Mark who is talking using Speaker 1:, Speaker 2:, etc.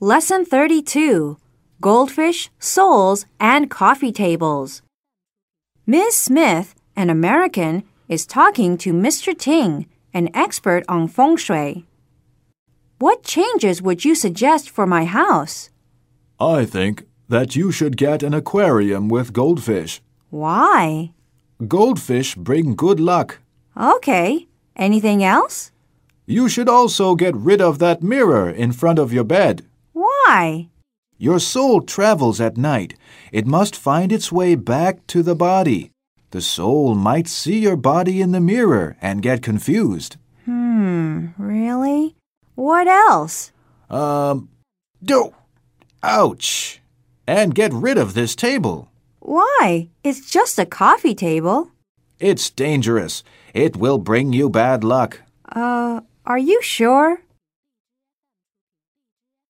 Speaker 1: Lesson 32 Goldfish, Souls, and Coffee Tables. Ms. Smith, an American, is talking to Mr. Ting, an expert on feng shui. What changes would you suggest for my house?
Speaker 2: I think that you should get an aquarium with goldfish.
Speaker 1: Why?
Speaker 2: Goldfish bring good luck.
Speaker 1: Okay. Anything else?
Speaker 2: You should also get rid of that mirror in front of your bed.
Speaker 1: Why?
Speaker 2: Your soul travels at night. It must find its way back to the body. The soul might see your body in the mirror and get confused.
Speaker 1: Hmm, really? What else?
Speaker 2: Um, do. Ouch. And get rid of this table.
Speaker 1: Why? It's just a coffee table.
Speaker 2: It's dangerous. It will bring you bad luck.
Speaker 1: Uh, are you sure?